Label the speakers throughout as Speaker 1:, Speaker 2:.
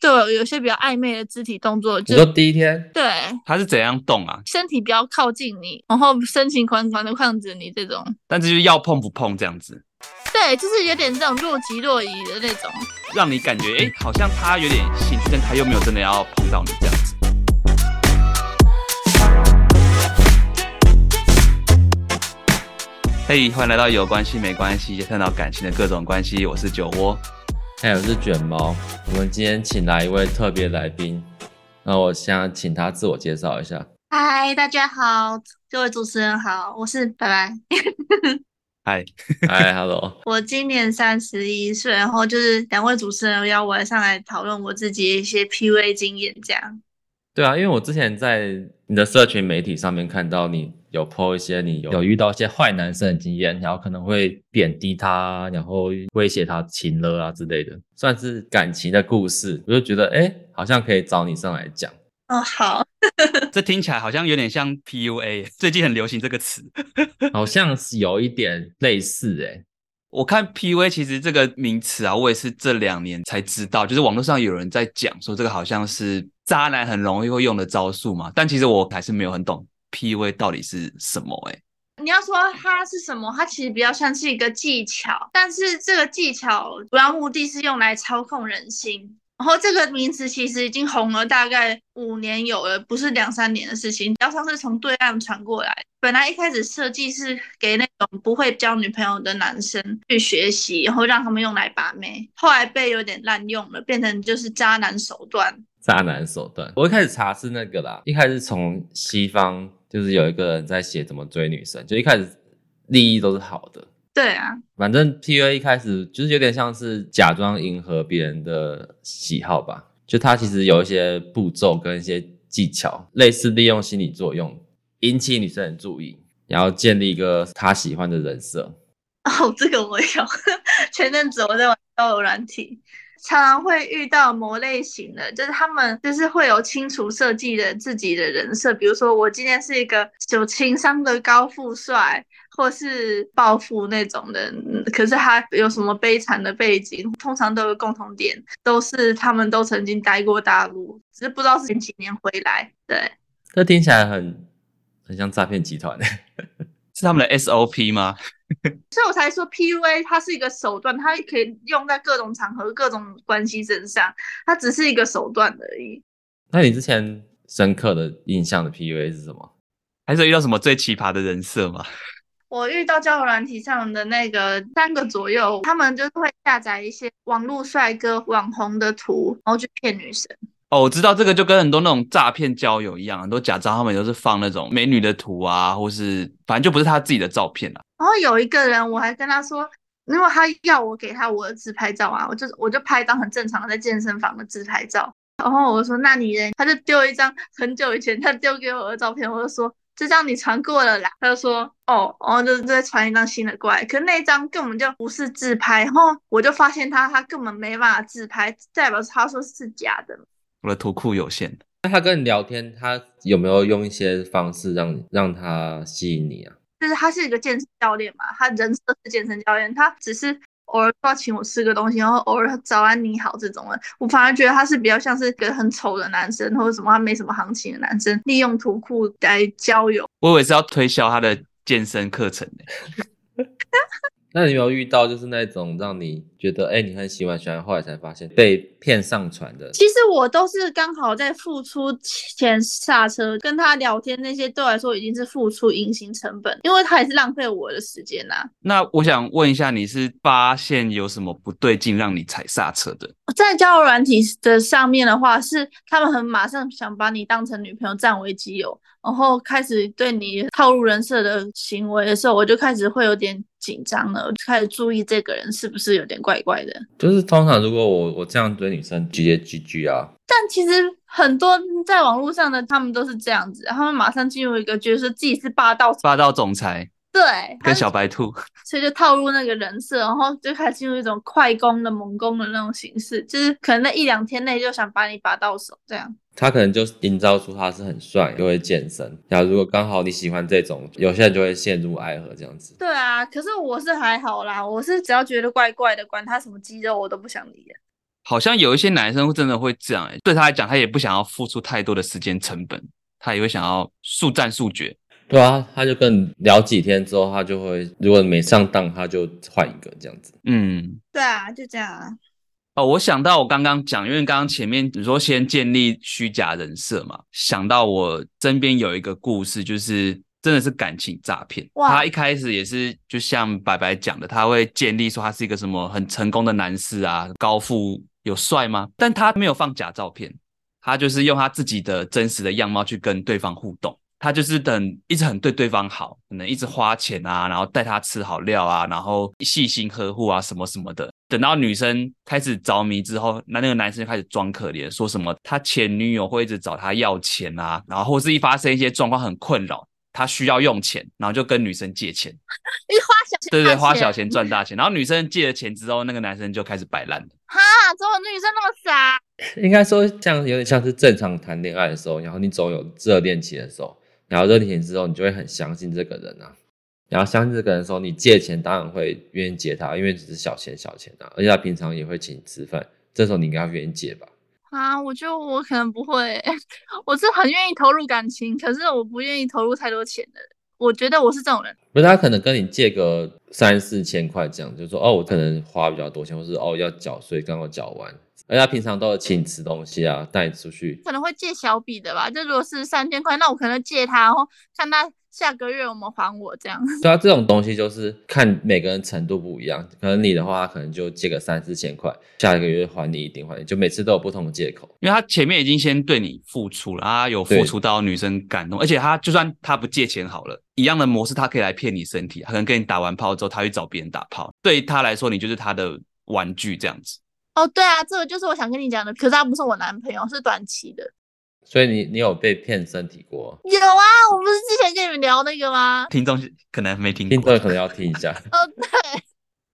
Speaker 1: 对我有些比较暧昧的肢体动作，
Speaker 2: 你
Speaker 1: 就
Speaker 2: 说第一天，
Speaker 1: 对
Speaker 3: 他是怎样动啊？
Speaker 1: 身体比较靠近你，然后深情款款的看着你这种，
Speaker 3: 但这就是要碰不碰这样子，
Speaker 1: 对，就是有点这种若即若离的那种。
Speaker 3: 让你感觉哎、诶好像他有点兴趣，但他又没有真的要碰到你这样子。嘿欢迎来到有关系没关系，探讨感情的各种关系。我是酒窝，
Speaker 2: 还有是卷毛，我们今天请来一位特别来宾，那我想请他自我介绍一下。
Speaker 4: 嗨，大家好，各位主持人好，我是白白。
Speaker 3: 嗨，
Speaker 2: 嗨，Hello，
Speaker 4: 我今年三十一岁，然后就是两位主持人邀我上来讨论我自己一些 PUA 经验，这样。
Speaker 2: 对啊，因为我之前在你的社群媒体上面看到你有 po 一些你有有遇到一些坏男生的经验，然后可能会贬低他，然后威胁他情了啊之类的，算是感情的故事。我就觉得，哎，好像可以找你上来讲。
Speaker 4: 哦，好，
Speaker 3: 这听起来好像有点像 PUA，最近很流行这个词。
Speaker 2: 好像是有一点类似诶、
Speaker 3: 我看 PUA 其实这个名词啊，我也是这两年才知道，就是网络上有人在讲说这个好像是渣男很容易会用的招数嘛，但其实我还是没有很懂 PUA 到底是什么哎、
Speaker 4: 你要说它是什么，它其实比较像是一个技巧，但是这个技巧主要目的是用来操控人心。然后这个名词其实已经红了大概五年有了，不是两三年的事情。然后上是从对岸传过来，本来一开始设计是给那种不会交女朋友的男生去学习，然后让他们用来把妹，后来被有点滥用了，变成就是渣男手段。
Speaker 2: 渣男手段。我一开始查是那个啦，一开始从西方就是有一个人在写怎么追女生，就一开始利益都是好的，
Speaker 4: 对啊，
Speaker 2: 反正 PUA 一开始就是有点像是假装迎合别人的喜好吧，就他其实有一些步骤跟一些技巧，类似利用心理作用引起女生的注意，然后建立一个他喜欢的人设。
Speaker 4: 哦，这个我有，前阵子我在玩交友软体，常常会遇到某类型的，就是他们就是会有清楚设计的自己的人设，比如说我今天是一个有情商的高富帅，或是暴富那种人，嗯可是他有什么悲惨的背景，通常都有共同点，都是他们都曾经待过大陆，只是不知道是前几年回来，对。
Speaker 2: 这听起来很很像诈骗集团、 欸。
Speaker 3: 是他们的 SOP 吗？
Speaker 4: 所以我才说 PUA 它是一个手段，它可以用在各种场合、各种关系身上，它只是一个手段而已。
Speaker 2: 那你之前深刻的印象的 PUA 是什么？
Speaker 3: 还是有遇到什么最奇葩的人设吗？
Speaker 4: 我遇到交友软体上的那个三个左右，他们就是会下载一些网络帅哥、网红的图，然后去骗女生。
Speaker 3: 哦，我知道这个就跟很多那种诈骗交友一样，很多假账他们都是放那种美女的图啊，或是反正就不是他自己的照片啊。
Speaker 4: 然后有一个人，我还跟他说，如果他要我给他我的自拍照啊，我就我就拍一张很正常的在健身房的自拍照。然后我说那你呢？他就丢一张很久以前他丢给我的照片，我就说这张你传过了啦。他就说哦，哦，就再传一张新的过来。可那一张根本就不是自拍，然后我就发现他他根本没办法自拍，代表他说是假的。
Speaker 3: 我的图库有限，
Speaker 2: 那他跟你聊天，他有没有用一些方式让你让他吸引你啊？
Speaker 4: 就是他是一个健身教练嘛，他人设是健身教练，他只是偶尔要请我吃个东西，然后偶尔早安你好这种的。我反而觉得他是比较像是个很丑的男生，或者什么他没什么行情的男生，利用图库来交友。
Speaker 3: 我以为是要推销他的健身课程呢、
Speaker 2: 那你有没有遇到就是那种让你觉得哎、诶你很喜欢喜欢，后来才发现被骗上船的？
Speaker 4: 其实我都是刚好在付出前刹车，跟他聊天那些对我来说已经是付出隐形成本，因为他也是浪费我的时间呐、
Speaker 3: 那我想问一下，你是发现有什么不对劲让你踩刹车的？
Speaker 4: 在交友软体的上面的话，是他们很马上想把你当成女朋友占为己有，然后开始对你套路人设的行为的时候，我就开始会有点紧张了，我就开始注意这个人是不是有点怪怪的。
Speaker 2: 就是通常如果我我这样追女生，直接 GG 啊。
Speaker 4: 但其实很多在网络上的他们都是这样子，他们马上进入一个觉得说自己是霸道，
Speaker 3: 霸道总裁
Speaker 4: 对，他
Speaker 3: 跟
Speaker 4: 们
Speaker 3: 小白兔，
Speaker 4: 所以就套入那个人设，然后就开始进入一种快攻的猛攻的那种形式，就是可能在一两天内就想把你拔到手这样。
Speaker 2: 他可能就营造出他是很帅，又会健身。然后如果刚好你喜欢这种，有些人就会陷入爱河这样子。
Speaker 4: 对啊，可是我是还好啦，我是只要觉得怪怪的，管他什么肌肉我都不想理了。
Speaker 3: 好像有一些男生真的会这样、欸，对他来讲，他也不想要付出太多的时间成本，他也会想要速战速决。
Speaker 2: 对啊，他就跟你聊几天之后，他就会，如果你没上当，他就换一个这样子。
Speaker 3: 嗯，
Speaker 5: 对啊，就这样啊。
Speaker 4: 哎
Speaker 3: 哦，我想到我刚刚讲，因为刚刚前面你说先建立虚假人设嘛，想到我身边有一个故事，就是真的是感情诈骗。
Speaker 5: 哇
Speaker 3: 他一开始也是就像白白讲的，他会建立说他是一个什么很成功的男士啊，高富有帅吗？但他没有放假照片，他就是用他自己的真实的样貌去跟对方互动。他就是等一直很对对方好，可能一直花钱啊，然后带他吃好料啊，然后细心呵护啊，什么什么的。等到女生开始着迷之后，那那个男生就开始装可怜，说什么他前女友会一直找他要钱啊，然后或是一发生一些状况很困扰，他需要用钱，然后就跟女生借钱，
Speaker 4: 你花小钱，
Speaker 3: 对对，花小钱赚大钱。然后女生借了钱之后，那个男生就开始摆烂了。
Speaker 4: 哈，怎么女生那么傻？
Speaker 2: 应该说像有点像是正常谈恋爱的时候，然后你总有热恋期的时候，然后热恋期之后，你就会很相信这个人啊。然后相信这个人的时候，你借钱当然会愿意借他，因为只是小钱小钱啊，而且他平常也会请你吃饭，这时候你应该愿意借吧？
Speaker 4: 啊，我觉得我可能不会， 我是很愿意投入感情，可是我不愿意投入太多钱的人。我觉得我是这种人，
Speaker 2: 不是他可能跟你借个三四千块这样，就说哦，我可能花比较多钱，或是哦要缴税刚好缴完，而且他平常都有请你吃东西啊，带你出去，
Speaker 4: 可能会借小笔的吧。就如果是三千块，那我可能借他，然后看他下个月有没有还我这样。
Speaker 2: 对啊，这种东西就是看每个人程度不一样，可能你的话，他可能就借个三四千块，下一个月还你一定还你，就每次都有不同的借口。
Speaker 3: 因为他前面已经先对你付出了，他有付
Speaker 2: 对
Speaker 3: 出到女生感动，而且他就算他不借钱好了，一样的模式他可以来骗你身体，他可能跟你打完炮之后，他去找别人打炮，对他来说你就是他的玩具这样子。
Speaker 4: 哦，对啊，这个就是我想跟你讲的。可是他不是我男朋友，是短期的。
Speaker 2: 所以你你有被骗身体过？
Speaker 4: 有啊，我不是之前跟你们聊那个吗？
Speaker 3: 听众可能没听
Speaker 2: 听
Speaker 3: 过
Speaker 2: 众，可能要听一下，
Speaker 4: 哦，对，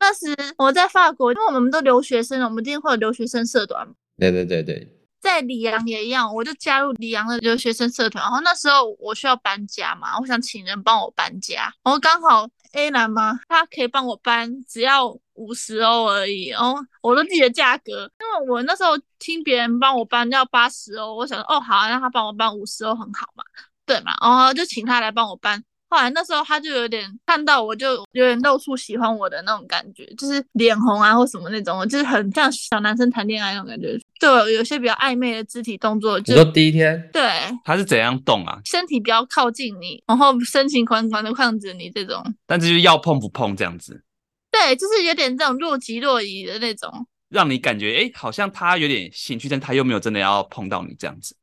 Speaker 4: 那时我在法国，因为我们都留学生了，我们一定会有留学生社团嘛
Speaker 2: 对对对对，
Speaker 4: 在里昂也一样，我就加入里昂的留学生社团。然后那时候我需要搬家嘛，我想请人帮我搬家。然后刚好 A 男嘛，他可以帮我搬，只要五十欧而已。然后我都记得价格，因为我那时候听别人帮我搬要八十欧，我想说哦好、啊，让他帮我搬五十欧很好嘛，对嘛？然后就请他来帮我搬。后来那时候他就有点看到我就有点露出喜欢我的那种感觉，就是脸红啊或什么那种，就是很像小男生谈恋爱那种感觉，对我有些比较暧昧的肢体动作，
Speaker 2: 你
Speaker 4: 就
Speaker 2: 说第一天，
Speaker 4: 对
Speaker 3: 他是怎样动啊？
Speaker 4: 身体比较靠近你，然后深情款款的看着你这种，
Speaker 3: 但是就是要碰不碰这样子，
Speaker 4: 对，就是有点这种若即若离的那种，
Speaker 3: 让你感觉哎、诶好像他有点兴趣，但他又没有真的要碰到你这样子。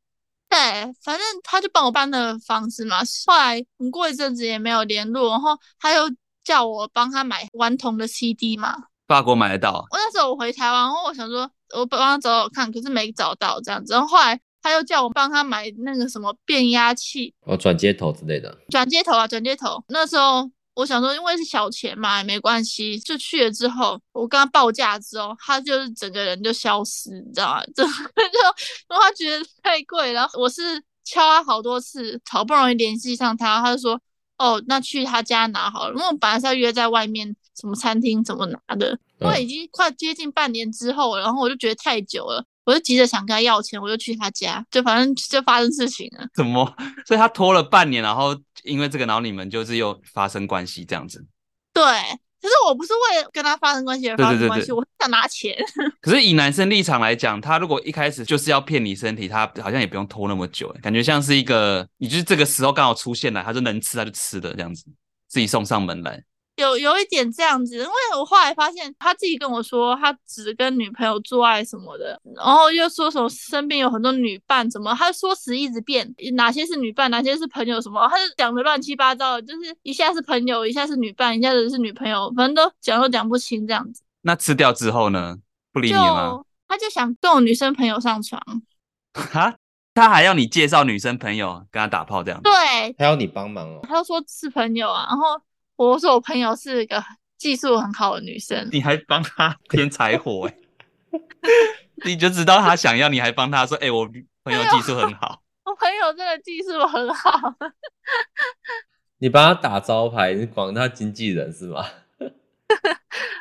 Speaker 4: 对，反正他就帮我搬了房子嘛。后来嗯过一阵子也没有联络，然后他又叫我帮他买顽童的 CD 嘛。
Speaker 3: 法国买得到啊，
Speaker 4: 我那时候我回台湾，然后我想说我帮他找找看，可是没找到这样子。然后后来他又叫我帮他买那个什么变压器，
Speaker 2: 哦，转接头之类的，
Speaker 4: 转接头啊，转接头。那时候我想说，因为是小钱嘛，也没关系。就去了之后，我跟他报价之后，他就是整个人就消失，你知道吗？ 就就因为他觉得太贵，然后我是敲他好多次，好不容易联系上他，他就说。哦，那去他家拿好了，因为我本来是要约在外面什么餐厅怎么拿的，因为已
Speaker 2: 嗯，
Speaker 4: 经快接近半年之后了，然后我就觉得太久了，我就急着想跟他要钱，我就去他家，就反正就发生事情了。
Speaker 3: 怎么？ 所以他拖了半年，然后因为这个，然后你们就是又发生关系这样子。
Speaker 4: 对，可是我不是为了跟他发生关系而
Speaker 3: 对
Speaker 4: 发
Speaker 3: 对
Speaker 4: 生
Speaker 3: 对
Speaker 4: 关
Speaker 3: 对
Speaker 4: 系，我是想拿钱。
Speaker 3: 可是以男生立场来讲，他如果一开始就是要骗你身体，他好像也不用拖那么久，欸感觉像是一个，你就是这个时候刚好出现了，他就能吃他就吃的这样子，自己送上门来。
Speaker 4: 有有一点这样子，因为我后来发现他自己跟我说，他只跟女朋友做爱什么的，然后又说什么身边有很多女伴什么，他说辞一直变，哪些是女伴，哪些是朋友什么，他就讲的乱七八糟的，就是一下是朋友，一下是女伴，一下子是女朋友，反正都讲都讲不清这样子。
Speaker 3: 那吃掉之后呢？不理你吗？
Speaker 4: 就他就想跟我女生朋友上床，
Speaker 3: 哈，他还要你介绍女生朋友跟他打炮这样。
Speaker 4: 对，
Speaker 2: 他要你帮忙哦，
Speaker 4: 他就说是朋友啊，然后我说我朋友是个技术很好的女生，
Speaker 3: 你还帮他添柴火哎、 你就知道他想要，你还帮他说，哎、我朋友技术很好，
Speaker 4: 我朋友真的技术很好，
Speaker 2: 你帮他打招牌，你管他经纪人是吗？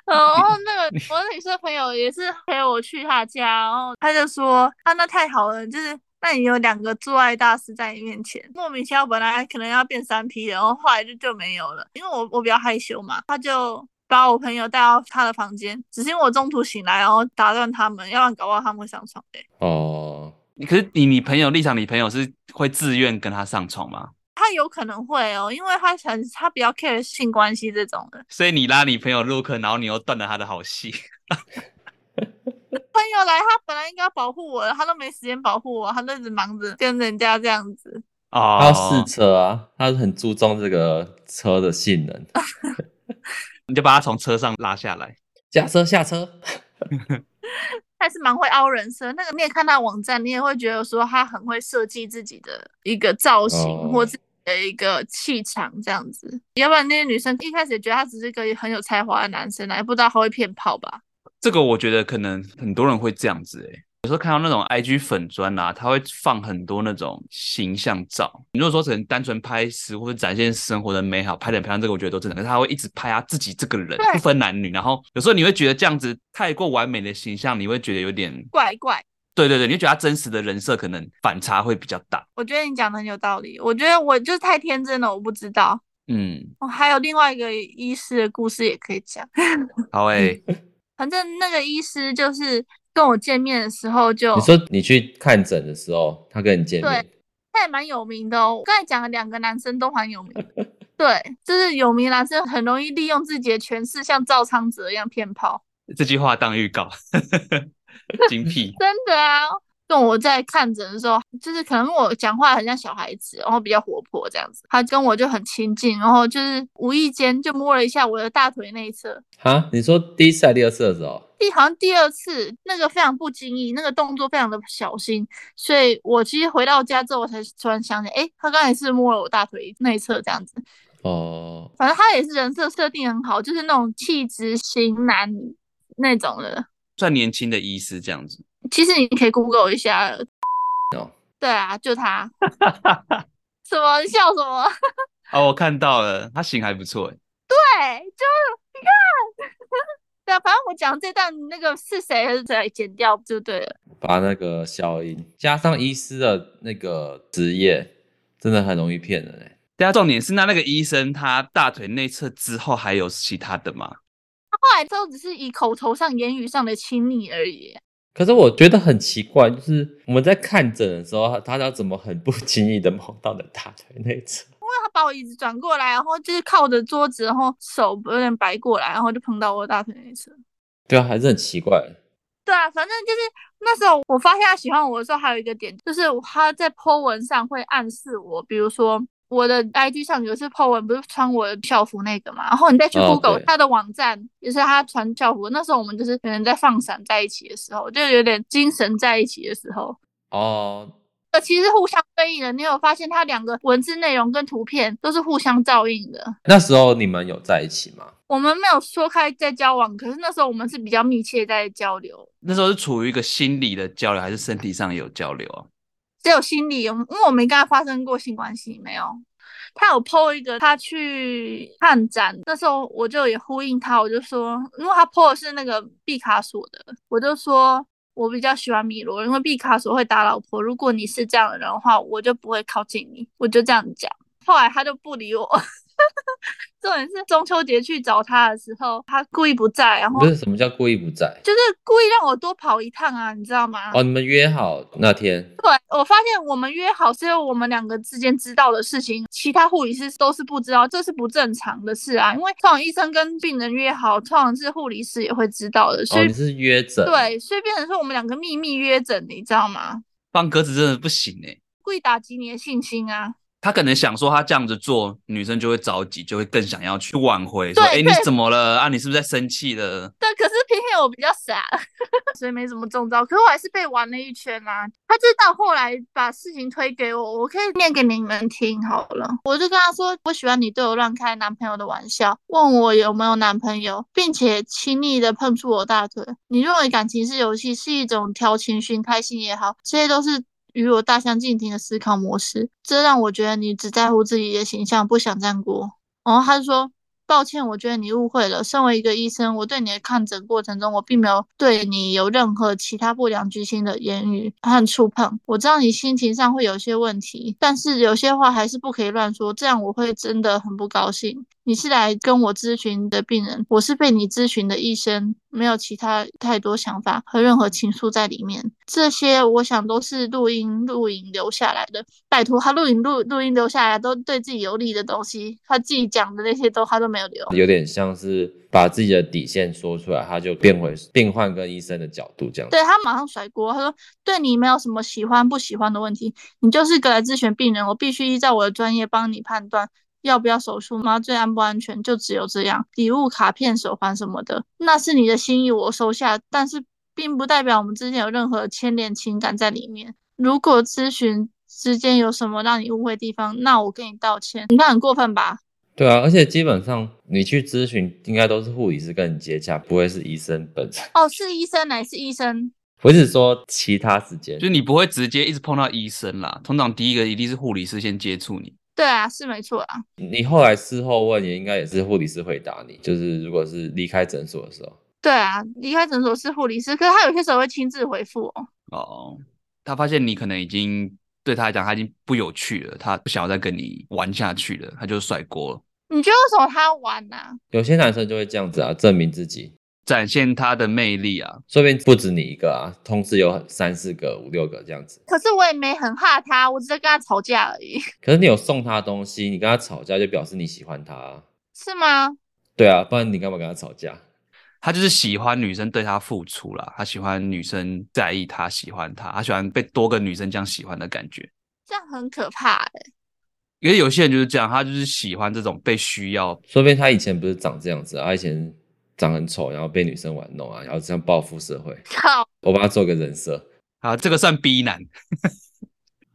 Speaker 4: 哦，那个我的女生朋友也是陪我去她家，然后她就说啊，那太好了，就是那你有两个做爱大师在你面前，莫名其妙本来可能要变三 P 的，然后后来就就没有了，因为我我比较害羞嘛，她就。把我朋友带到她的房间，只是因为我中途醒来，然后打断他们，要不然搞不好他们会上床的、
Speaker 2: 哦，
Speaker 3: 你可是你你朋友立场，你朋友是会自愿跟他上床吗？
Speaker 4: 他有可能会哦，因为他想他比较 care 性关系这种的。
Speaker 3: 所以你拉你朋友入坑，然后你又断了他的好戏。
Speaker 4: 朋友来，他本来应该要保护我的，他都没时间保护我，他都一直忙着跟人家这样子。
Speaker 3: 哦
Speaker 2: 他要试车啊，他很注重这个车的性能，
Speaker 3: 你就把他从车上拉下来。
Speaker 2: 下车下车。
Speaker 4: 他还是蛮会凹人设，那个你也看他网站，你也会觉得说他很会设计自己的一个造型、
Speaker 2: 哦
Speaker 4: 或自己的一个气场这样子。要不然那些女生一开始也觉得他只是个很有才华的男生啊，也不知道他会骗炮吧？
Speaker 3: 这个我觉得可能很多人会这样子诶、欸有时候看到那种 IG 粉砖啊，他会放很多那种形象照。你如果说只能单纯拍实或者展现生活的美好，拍点漂亮，这个我觉得都正常。可是他会一直拍他自己这个人，
Speaker 4: 对
Speaker 3: 不分男女。然后有时候你会觉得这样子太过完美的形象，你会觉得有点
Speaker 4: 怪怪。
Speaker 3: 对对对，你会觉得他真实的人设可能反差会比较大。
Speaker 4: 我觉得你讲的很有道理，我觉得我就是太天真了，我不知道。
Speaker 3: 嗯，
Speaker 4: 哦，还有另外一个医师的故事也可以讲。
Speaker 3: 好
Speaker 2: 哎
Speaker 3: 欸 诶、
Speaker 4: 反正那个医师就是跟我见面的时候就，
Speaker 2: 你说你去看诊的时候，他跟你见面，
Speaker 4: 他也蛮有名的哦。我刚才讲的两个男生都蛮有名，对，就是有名男生很容易利用自己的权势，像赵昌泽一样骗炮，
Speaker 3: 这句话当预告， 精辟。
Speaker 4: 真的啊。跟我在看诊的时候，就是可能我讲话很像小孩子，然后比较活泼这样子，他跟我就很亲近，然后就是无意间就摸了一下我的大腿内侧，
Speaker 2: 哈，你说第一次还是第二次的时候，
Speaker 4: 第好像第二次那个非常不经意，那个动作非常的小心，所以我其实回到家之后，我才突然想起，诶，他刚才是摸了我大腿内侧这样子。
Speaker 2: 哦，
Speaker 4: 反正他也是人设设定很好，就是那种气质型男那种的。
Speaker 3: 算年轻的医师这样子，
Speaker 4: 其实你可以 Google 一下。
Speaker 2: 哦
Speaker 4: 对啊，就他。什么？你笑什么？
Speaker 3: 哦，我看到了，他型还不错诶、
Speaker 4: 对，就是你看。 对啊，反正我讲这段那个是谁还是谁剪掉就对了。
Speaker 2: 把那个消音加上医师的那个职业，真的很容易骗人哎。
Speaker 3: 对啊，重点是那那个医生他大腿内侧之后还有其他的吗？
Speaker 4: 后来都只是以口头上、言语上的亲昵而已。
Speaker 2: 可是我觉得很奇怪，就是我们在看诊的时候，他他要怎么很不经意的摸到你的大腿内侧？
Speaker 4: 他把我椅子转过来，然后就是靠着桌子，然后手有点白过来，然后就碰到我大腿内侧。
Speaker 2: 对啊，还是很奇怪。
Speaker 4: 对啊，反正就是那时候我发现他喜欢我的时候，还有一个点就是他在 po 文上会暗示我，比如说我的 IG 上有一次 po 文不是穿我的校服那个嘛，然后你再去
Speaker 2: 哦
Speaker 4: Google
Speaker 2: 对
Speaker 4: 他的网站，也是他穿校服。那时候我们就是可能在放闪在一起的时候，就有点精神在一起的时候，
Speaker 2: 哦，
Speaker 4: 呃，其实互相对应的。你有发现他两个文字内容跟图片都是互相照应的。
Speaker 2: 那时候你们有在一起吗？
Speaker 4: 我们没有说开在交往，可是那时候我们是比较密切在交流，
Speaker 3: 那时候是处于一个心理的交流，还是身体上有交流啊？
Speaker 4: 只有心里有，因为我没跟他发生过性关系，没有。他有 PO 一个他去看展，那时候我就也呼应他，我就说，因为他 PO 的是那个毕卡索的，我就说我比较喜欢米罗，因为毕卡索会打老婆，如果你是这样的人的话，我就不会靠近你，我就这样讲。 后来他就不理我。 重点是中秋节去找他的时候，他故意不在，然后
Speaker 2: 不是什么叫故意不在
Speaker 4: 就是故意让我多跑一趟啊，你知道吗？
Speaker 2: 哦，你们约好那天
Speaker 4: 对，我发现我们约好只有我们两个之间知道的事情，其他护理师都是不知道，这是不正常的事啊。因为通常医生跟病人约好，通常是护理师也会知道的，所
Speaker 2: 哦，
Speaker 4: 以、
Speaker 2: 你是约诊
Speaker 4: 对，所以变成说我们两个秘密约诊，你知道吗？
Speaker 3: 放鸽子真的不行哎、
Speaker 4: 故意打击你的信心啊！
Speaker 3: 他可能想说他这样子做，女生就会着急，就会更想要去挽回，说：“哎、
Speaker 4: 对
Speaker 3: 你
Speaker 4: 对
Speaker 3: 怎么了啊？你是不是在生气了
Speaker 4: 但可是偏偏我比较傻， 所以没怎么中招。可是我还是被玩了一圈啊。他就是到后来把事情推给我，我可以念给你们听好了。我就跟他说，我喜欢你对我乱开男朋友的玩笑，问我有没有男朋友，并且亲昵的碰触我大腿。你认为感情是游戏，是一种调情、寻开心也好，这些都是。与我大相径庭的思考模式，这让我觉得你只在乎自己的形象，不想沾锅。然后他就说，抱歉，我觉得你误会了。身为一个医生，我对你的看诊过程中，我并没有对你有任何其他不良居心的言语和触碰。我知道你心情上会有些问题，但是有些话还是不可以乱说，这样我会真的很不高兴。你是来跟我咨询的病人，我是被你咨询的医生，没有其他太多想法和任何情愫在里面。这些我想都是录音、录影留下来的。拜托，他录影、录录音留下来都对自己有利的东西，他自己讲的那些都他都没有留。
Speaker 2: 有点像是把自己的底线说出来，他就变回病患跟医生的角度这样。
Speaker 4: 对他马上甩锅，他说对你没有什么喜欢不喜欢的问题，你就是个来咨询病人，我必须依照我的专业帮你判断要不要手术，麻醉安不安全，就只有这样。礼物、卡片、手环什么的，那是你的心意，我收下，但是并不代表我们之间有任何牵连情感在里面。如果咨询之间有什么让你误会的地方，那我跟你道歉。你看很过分吧？
Speaker 2: 对啊，而且基本上你去咨询，应该都是护理师跟你接洽，不会是医生本身。
Speaker 4: 哦，是医生乃是医生？
Speaker 2: 我是说其他时间，
Speaker 3: 就是你不会直接一直碰到医生啦，通常第一个一定是护理师先接触你。
Speaker 4: 对啊，是没错啊。
Speaker 2: 你后来事后问，也应该也是护理师回答你。就是如果是离开诊所的时候，
Speaker 4: 对啊，离开诊所是护理师，可是他有些时候会亲自回复哦。
Speaker 3: 哦，他发现你可能已经对他来讲他已经不有趣了，他不想要再跟你玩下去了，他就甩锅了，
Speaker 4: 你觉得为什么他要玩呢、啊
Speaker 2: 有些男生就会这样子啊，证明自己，
Speaker 3: 展现他的魅力啊。
Speaker 2: 说不定不止你一个啊，同时有三四个、五六个这样子。
Speaker 4: 可是我也没很怕他，我只是跟他吵架而已，
Speaker 2: 可是你有送他东西，你跟他吵架就表示你喜欢他、啊，
Speaker 4: 是吗？
Speaker 2: 对啊，不然你干嘛跟他吵架？
Speaker 3: 他就是喜欢女生对他付出啦，他喜欢女生在意他，喜欢他，他喜欢被多个女生这样喜欢的感觉。
Speaker 4: 这样很可怕哎、
Speaker 3: 因为有些人就是这样，他就是喜欢这种被需要。
Speaker 2: 说不定他以前不是长这样子啊，他以前长很丑，然后被女生玩弄啊，然后这样报复社会。
Speaker 4: 靠，
Speaker 2: 我帮他做个人设，
Speaker 3: 啊，这个算逼男，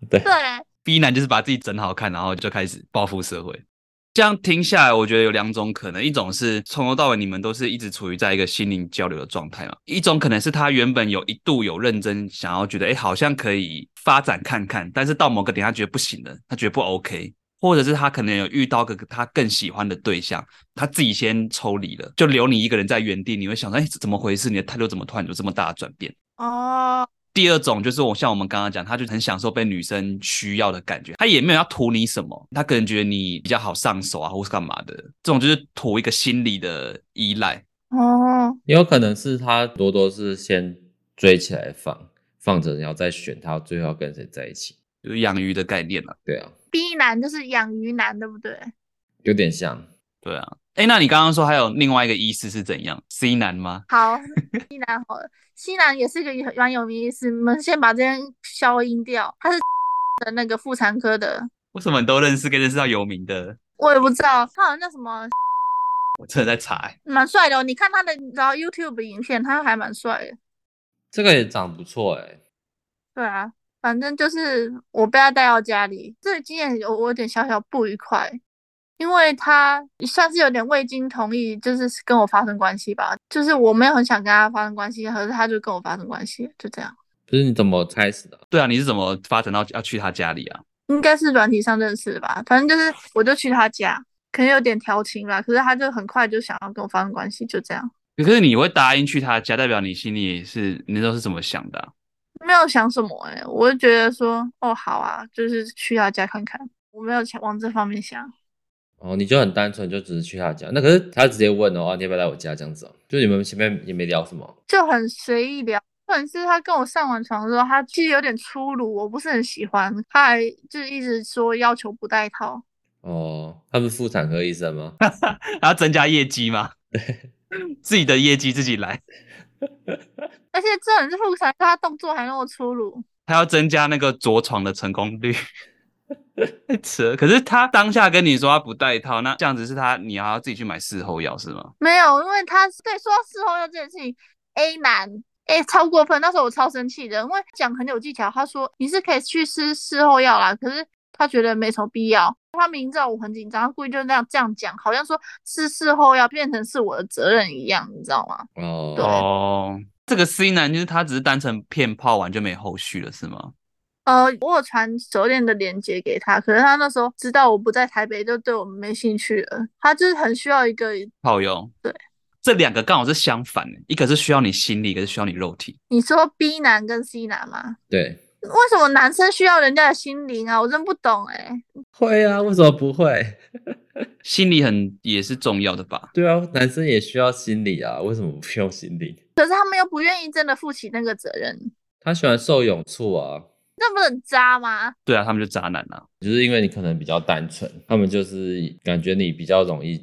Speaker 2: 对，
Speaker 4: 对，
Speaker 3: 逼男就是把自己整好看，然后就开始报复社会。这样听下来，我觉得有两种可能，一种是从头到尾你们都是一直处于在一个心灵交流的状态嘛，一种可能是他原本有一度有认真想要觉得，哎，好像可以发展看看，但是到某个点他觉得不行了，他觉得不 OK，或者是他可能有遇到个他更喜欢的对象，他自己先抽离了，就留你一个人在原地，你会想说，哎，怎么回事？你的态度怎么突然有这么大的转变？
Speaker 4: 哦，
Speaker 3: 第二种就是我像我们刚刚讲，他就很享受被女生需要的感觉，他也没有要图你什么，他可能觉得你比较好上手啊，或是干嘛的，这种就是图一个心理的依赖。
Speaker 4: 哦，
Speaker 2: 也有可能是他多多是先追起来放，放着，然后再选他最后要跟谁在一起。
Speaker 3: 就是养鱼的概念了、啊，
Speaker 2: 对啊，
Speaker 4: 逼男就是养鱼男，对不对？
Speaker 2: 有点像。
Speaker 3: 对啊。哎，那你刚刚说还有另外一个医师是怎样？C 男吗？
Speaker 4: 好，西南好了，西南也是个蛮有名的医师，我们先把这边消音掉。他是 的那个妇产科的，
Speaker 3: 为什么你都认识跟认识到有名的？
Speaker 4: 我也不知道，他好像叫什么，
Speaker 3: 我真的在查、欸。
Speaker 4: 蛮帅的、哦。你看他的，然后 YouTube 影片，他还蛮帅的。
Speaker 2: 这个也长不错哎、
Speaker 4: 对啊，反正就是我被他带到家里，这个经验有我有点小小不愉快，因为他算是有点未经同意，就是跟我发生关系吧，就是我没有很想跟他发生关系，可是他就跟我发生关系，就这样，
Speaker 2: 不是你怎么开始的？
Speaker 3: 对啊，你是怎么发展到要去他家里啊？
Speaker 4: 应该是软体上认识的吧，反正就是我就去他家，可能有点调情吧，可是他就很快就想要跟我发生关系，就这样，
Speaker 3: 可是你会答应去他家，代表你心里啊也是你那时候是怎么想的啊、
Speaker 4: 没有想什么哎、我就觉得说，哦，好啊，就是去他家看看，我没有想往这方面想。
Speaker 2: 哦，你就很单纯，就只是去他家。那可是他直接问哦，啊你要不要来我家这样子哦？就你们前面也没聊什么，
Speaker 4: 就很随意聊。或者是他跟我上完床之后，他其实有点粗鲁，我不是很喜欢。他还就是一直说要求不戴套，
Speaker 2: 哦，他不是妇产科医生吗？
Speaker 3: 然后增加业绩吗？自己的业绩自己来，
Speaker 4: 而且这很是妇产科，他动作还那么粗鲁。
Speaker 3: 他要增加那个着床的成功率。太扯！可是他当下跟你说他不戴套，那这样子是他你还要自己去买事后药是吗？
Speaker 4: 没有，因为他对说到事后要这件事情，A 男哎、超过分，那时候我超生气的，因为讲很有技巧，他说你是可以去吃事后药啦，可是他觉得没什么必要。他明知道我很紧张，他故意就那样这样讲，好像说吃事后药变成是我的责任一样，你知道吗？
Speaker 2: 哦，
Speaker 4: 对
Speaker 3: 哦，这个 C 男就是他只是单纯骗炮完就没后续了是吗？
Speaker 4: 呃，我有传手链的链接给他，可是他那时候知道我不在台北，就对我们没兴趣了。他就是很需要一个，
Speaker 3: 炮友。
Speaker 4: 对，
Speaker 3: 这两个刚好是相反的，一个是需要你心理，一个是需要你肉体。
Speaker 4: 你说 B 男跟 C 男吗？
Speaker 2: 对，
Speaker 4: 为什么男生需要人家的心灵啊？我真不懂哎、
Speaker 2: 会啊，为什么不会？
Speaker 3: 心理很也是重要的吧？
Speaker 2: 对啊，男生也需要心理啊，为什么不用心理？
Speaker 4: 可是他们又不愿意真的负起那个责任，
Speaker 2: 他喜欢受勇处啊，
Speaker 4: 那不是很渣吗？
Speaker 3: 对啊，他们就渣男啊。
Speaker 2: 就是因为你可能比较单纯，他们就是感觉你比较容易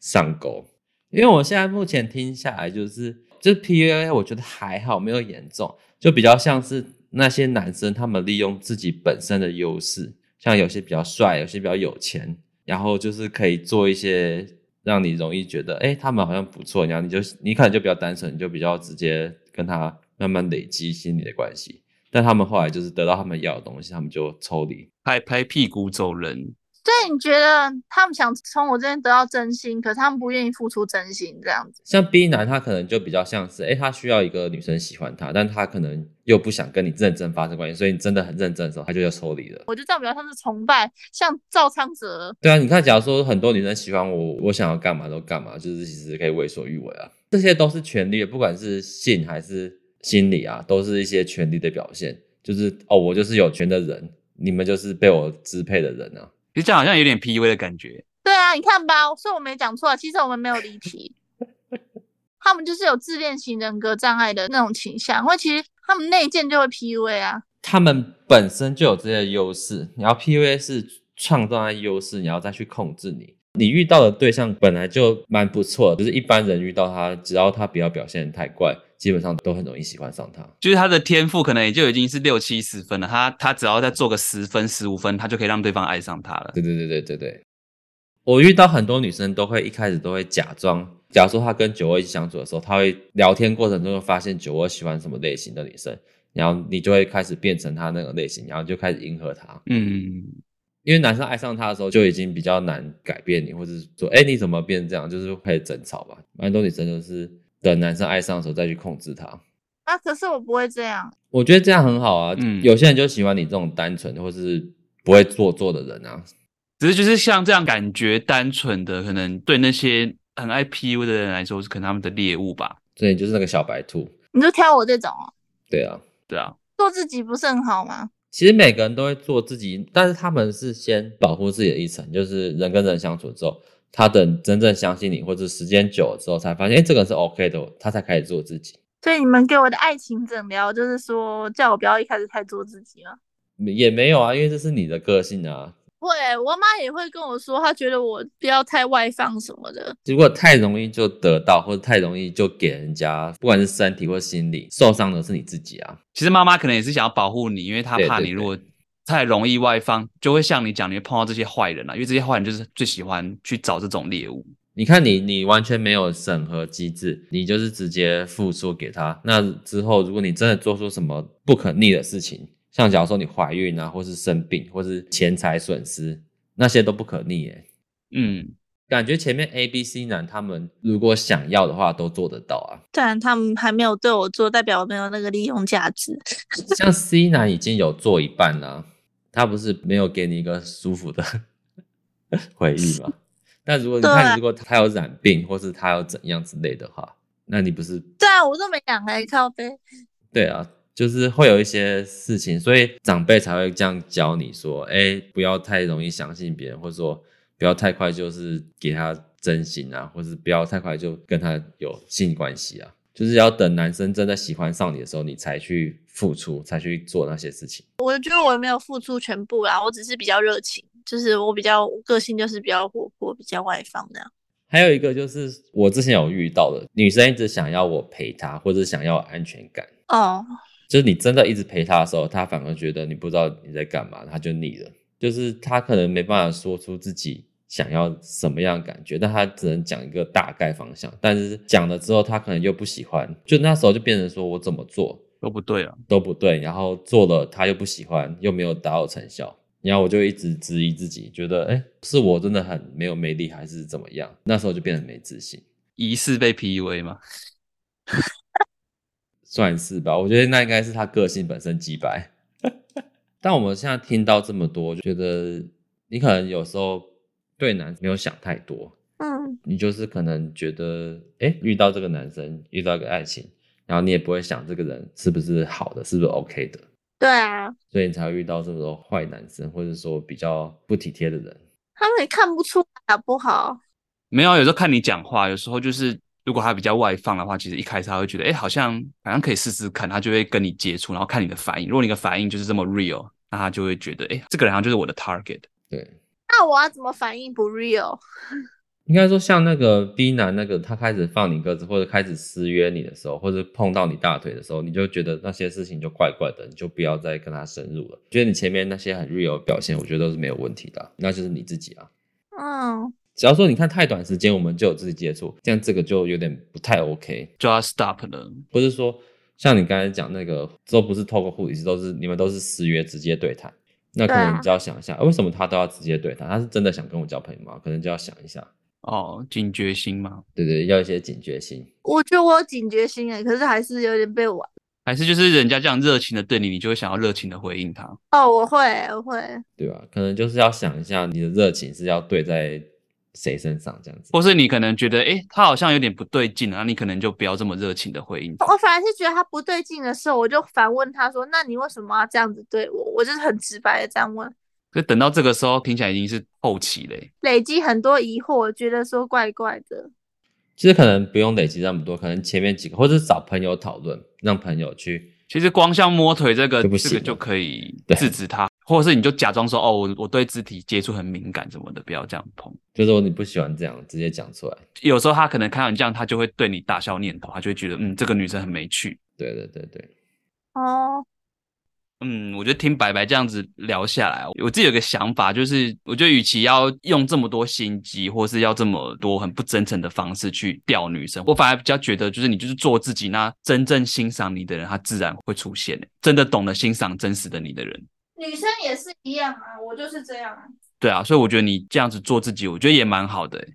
Speaker 2: 上钩。因为我现在目前听下来，就是就是 PUA，我觉得还好，没有严重，就比较像是那些男生他们利用自己本身的优势，像有些比较帅，有些比较有钱，然后就是可以做一些让你容易觉得，哎，他们好像不错，然后你就你可能就比较单纯，你就比较直接跟他慢慢累积心理的关系。但他们后来就是得到他们要的东西，他们就抽离，
Speaker 3: 拍拍屁股走人，
Speaker 4: 所以你觉得他们想从我这边得到真心，可是他们不愿意付出真心这样子？
Speaker 2: 像 B 男，他可能就比较像是，哎、他需要一个女生喜欢他，但他可能又不想跟你认真发生关系，所以你真的很认真的时候，他就要抽离了。
Speaker 4: 我觉得这样比较像是崇拜，像赵昌泽。
Speaker 2: 对啊，你看，假如说很多女生喜欢我，我想要干嘛都干嘛，就是其实可以为所欲为啊，这些都是权利，不管是性还是心理啊，都是一些权利的表现，就是哦，我就是有权的人，你们就是被我支配的人啊。
Speaker 3: 其实这样好像有点 PUA 的感觉。
Speaker 4: 对啊，你看吧，所以我没讲错，啊其实我们没有离题。他们就是有自恋型人格障碍的那种倾向，或其实他们内建就会 PUA 啊。
Speaker 2: 他们本身就有这些优势，你要 PUA 是创造那优势，你要再去控制你。你遇到的对象本来就蛮不错的，就是一般人遇到他，只要他不要表现得太怪，基本上都很容易喜欢上他。
Speaker 3: 就是他的天赋可能也就已经是六七十分了，他他只要再做个十分十五分，他就可以让对方爱上他了。
Speaker 2: 对对对对对对，我遇到很多女生都会一开始都会假装，假如说她跟九二一起相处的时候，她会聊天过程中就发现九二喜欢什么类型的女生，然后你就会开始变成她那个类型，然后就开始迎合她。
Speaker 3: 嗯，
Speaker 2: 因为男生爱上她的时候就已经比较难改变你，或者是说，哎、你怎么变这样？就是开始争吵吧。蛮多女生就是等男生爱上的时候再去控制他。
Speaker 4: 啊，可是我不会这样，
Speaker 2: 我觉得这样很好啊。
Speaker 3: 嗯
Speaker 2: 有些人就喜欢你这种单纯或是不会做作的人啊。
Speaker 3: 只是就是像这样感觉单纯的，可能对那些很爱 PU 的人来说，是可能他们的猎物吧。
Speaker 2: 所以你就是那个小白兔，
Speaker 4: 你就挑我这种哦，
Speaker 2: 对啊。
Speaker 3: 对啊，
Speaker 4: 做自己不是很好吗？
Speaker 2: 其实每个人都会做自己，但是他们是先保护自己的一层，就是人跟人相处之后，他等真正相信你，或者时间久了之后，才发现，哎、这个人是 OK 的，他才开始做自己。
Speaker 4: 所以你们给我的爱情诊疗就是说，叫我不要一开始太做自己了。
Speaker 2: 也没有啊，因为这是你的个性啊，
Speaker 4: 会，我妈也会跟我说，她觉得我不要太外放什么的。
Speaker 2: 如果太容易就得到，或者太容易就给人家，不管是身体或心理，受伤的是你自己啊。
Speaker 3: 其实妈妈可能也是想要保护你，因为她
Speaker 2: 对
Speaker 3: 怕
Speaker 2: 对
Speaker 3: 你如果太容易外放，就会像你讲，你会碰到这些坏人啊，因为这些坏人就是最喜欢去找这种猎物。
Speaker 2: 你看你，你完全没有审核机制，你就是直接付出给他。那之后，如果你真的做出什么不可逆的事情，像假如说你怀孕啊，或是生病，或是钱财损失，那些都不可逆、耶。
Speaker 3: 嗯，
Speaker 2: 感觉前面 A、B、C 男他们如果想要的话，都做得到啊。
Speaker 4: 当然，他们还没有对我做，代表我没有那个利用价值。
Speaker 2: 像 C 男已经有做一半啦、他不是没有给你一个舒服的回忆吗？ 但如果你
Speaker 4: 对
Speaker 2: 看，如果他有染病，或是他有怎样之类的话，那你不是
Speaker 4: 对啊，我都没讲哎，靠背。
Speaker 2: 对啊？就是会有一些事情，所以长辈才会这样教你说：“哎，不要太容易相信别人，或者说不要太快就是给他真心啊，或是不要太快就跟他有性关系啊。”就是要等男生真的喜欢上你的时候，你才去付出，才去做那些事情。
Speaker 4: 我觉得我也没有付出全部啦，我只是比较热情，就是我比较个性就是比较活泼，比较外放这样。
Speaker 2: 还有一个就是我之前有遇到的，女生一直想要我陪她，或者想要安全感。
Speaker 4: 哦，
Speaker 2: 就是你真的一直陪她的时候，她反而觉得你不知道你在干嘛，她就腻了。就是她可能没办法说出自己想要什么样的感觉，但她只能讲一个大概方向。但是讲了之后，她可能又不喜欢，就那时候就变成说我怎么做
Speaker 3: 都不对啊了。
Speaker 2: 都不对，然后做了她又不喜欢，又没有达到成效。然后我就一直质疑自己，觉得哎，诶是我真的很没有魅力，还是怎么样？那时候就变得没自信。
Speaker 3: 疑似被 PUA 嘛，
Speaker 2: 算是吧，我觉得那应该是他个性本身几百。 但我们现在听到这么多，就觉得你可能有时候对男没有想太多，
Speaker 4: 嗯，
Speaker 2: 你就是可能觉得，哎，遇到这个男生，遇到一个爱情，然后你也不会想这个人是不是好的，是不是 OK 的，
Speaker 4: 对啊，
Speaker 2: 所以你才会遇到这么多坏男生，或者说比较不体贴的人。
Speaker 4: 他们也看不出来好不好？
Speaker 3: 没有啊，有时候看你讲话，有时候就是如果他比较外放的话，其实一开始他会觉得，哎、好像好像可以试试看，他就会跟你接触，然后看你的反应。如果你的反应就是这么 real，那他就会觉得，哎、这个人好像就是我的 target。
Speaker 2: 对，
Speaker 4: 那我要怎么反应不 real？
Speaker 2: 应该说像那个 B 男那个，他开始放你鸽子，或者开始私约你的时候，或者碰到你大腿的时候，你就觉得那些事情就怪怪的，你就不要再跟他深入了。觉得你前面那些很 real 的表现，我觉得都是没有问题的啊、那就是你自己啊。
Speaker 4: 嗯，
Speaker 2: 只要说你看太短时间我们就有肢体接触，这样这个就有点不太 OK。
Speaker 3: 就要 stop 了，
Speaker 2: 不是说像你刚才讲那个，都不是透过护理师，都是你们都是私约直接对谈。那可
Speaker 4: 对啊
Speaker 2: 能你就要想一下，啊为什么他都要直接对谈？他是真的想跟我交朋友吗？可能就要想一下，
Speaker 3: 哦，警觉心嘛，
Speaker 2: 对对，要一些警觉心。
Speaker 4: 我觉得我有警觉心诶，可是还是有点被玩。
Speaker 3: 还是就是人家这样热情的对你，你就会想要热情的回应他。
Speaker 4: 哦，我会，我会，
Speaker 2: 对吧？可能就是要想一下，你的热情是要对在谁身上这样子。
Speaker 3: 或是你可能觉得，哎、他好像有点不对劲啊，那你可能就不要这么热情的回应他。
Speaker 4: 我反而是觉得他不对劲的时候，我就反问他说：“那你为什么要这样子对我？”我就是很直白的这样问，
Speaker 3: 可是等到这个时候，听起来已经是后期欸嘞、
Speaker 4: 累积很多疑惑，我觉得说怪怪的。
Speaker 2: 其实可能不用累积那么多，可能前面几个，或者是找朋友讨论，让朋友去。
Speaker 3: 其实光像摸腿这个，
Speaker 2: 就不
Speaker 3: 这
Speaker 2: 行
Speaker 3: 个
Speaker 2: 了
Speaker 3: 就可以
Speaker 2: 对
Speaker 3: 制止他，或者是你就假装说，哦，我我对肢体接触很敏感什么的，不要这样碰。
Speaker 2: 就是说你不喜欢这样，直接讲出来。
Speaker 3: 有时候他可能看到你这样，他就会对你打消念头，他就会觉得，嗯，这个女生很没趣。
Speaker 2: 对对对对，
Speaker 4: 哦，
Speaker 3: 嗯，我觉得听白白这样子聊下来，我自己有个想法，就是我觉得与其要用这么多心机，或是要这么多很不真诚的方式去钓女生，我反而比较觉得，就是你就是做自己，那真正欣赏你的人，他自然会出现、真的懂得欣赏真实的你的人。
Speaker 4: 女生也是一样啊，我就是这样啊，
Speaker 3: 对啊，所以我觉得你这样子做自己，我觉得也蛮好的欸、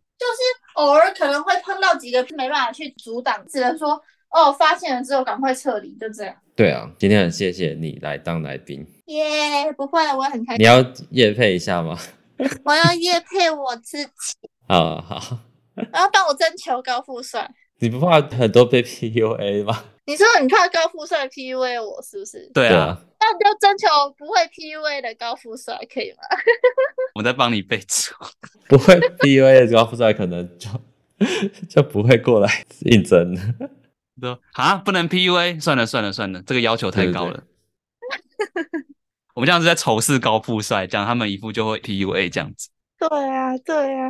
Speaker 4: 偶尔可能会碰到几个没办法去阻挡，只能说哦，发现了之后赶快撤离，就这样。
Speaker 2: 对啊，今天很谢谢你来当来宾，
Speaker 4: 耶、不会，我也很开
Speaker 2: 你
Speaker 4: 心。
Speaker 2: 要夜配一下吗？
Speaker 4: 我要夜配我自己，
Speaker 2: 啊好，
Speaker 4: 然后帮我征求高富帅。
Speaker 2: 你不怕很多被 PUA 吗？
Speaker 4: 你说你怕高富帅 PUA 我是不是？
Speaker 3: 对啊，，
Speaker 4: 那你就征求不会 PUA 的高富帅可以吗？
Speaker 3: 我在帮你备注。
Speaker 2: 不会 PUA 的高富帅可能就 就不会过来应征了。
Speaker 3: 说啊，不能 PUA，算了算了算了，这个要求太高 了。哦
Speaker 2: 对
Speaker 3: 我们这样子在仇视高富帅，这样他们一副就会 PUA 这样子。
Speaker 4: 对啊，对啊。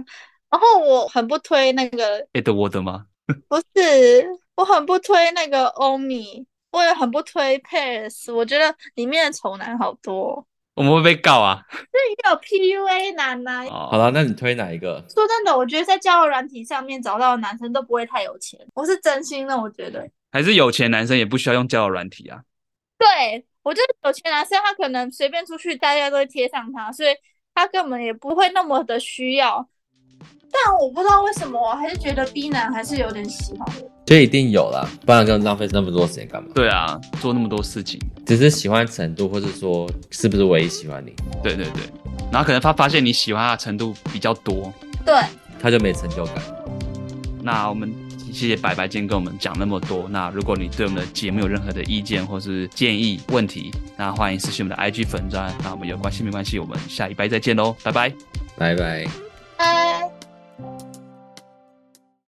Speaker 4: 然后我很不推那个，
Speaker 3: 哎，的我的吗？
Speaker 4: 不是，我很不推那个欧米，我也很不推 Paris。我觉得里面的丑男好多哦，
Speaker 3: 我们会被告啊！哦
Speaker 4: 也有 PUA 男呐、
Speaker 2: 好
Speaker 3: 好，
Speaker 2: 了，那你推哪一个？
Speaker 4: 说真的，我觉得在交友软体上面找到的男生都不会太有钱，我是真心的，我觉得。
Speaker 3: 还是有钱男生也不需要用交友软体啊。
Speaker 4: 对，我觉得有钱男生他可能随便出去，大家都会贴上他，所以他根本也不会那么的需要。但我不知道为什么，我还是觉得 B 男还是有点喜欢我。
Speaker 2: 这一定有啦，不然跟浪费那么多时间干嘛？
Speaker 3: 对啊，做那么多事情，
Speaker 2: 只是喜欢程度，或是说是不是唯一喜欢你，
Speaker 3: 对对对。然后可能他发现你喜欢他的程度比较多，
Speaker 4: 对，
Speaker 2: 他就没成就感。
Speaker 3: 那我们谢谢白白今天跟我们讲那么多。那如果你对我们的节目有任何的意见或是建议、问题，那欢迎私信我们的 IG 粉砖。那我们有关系没关系，我们下礼拜再见喽，拜拜。
Speaker 2: 拜拜。
Speaker 4: 哎。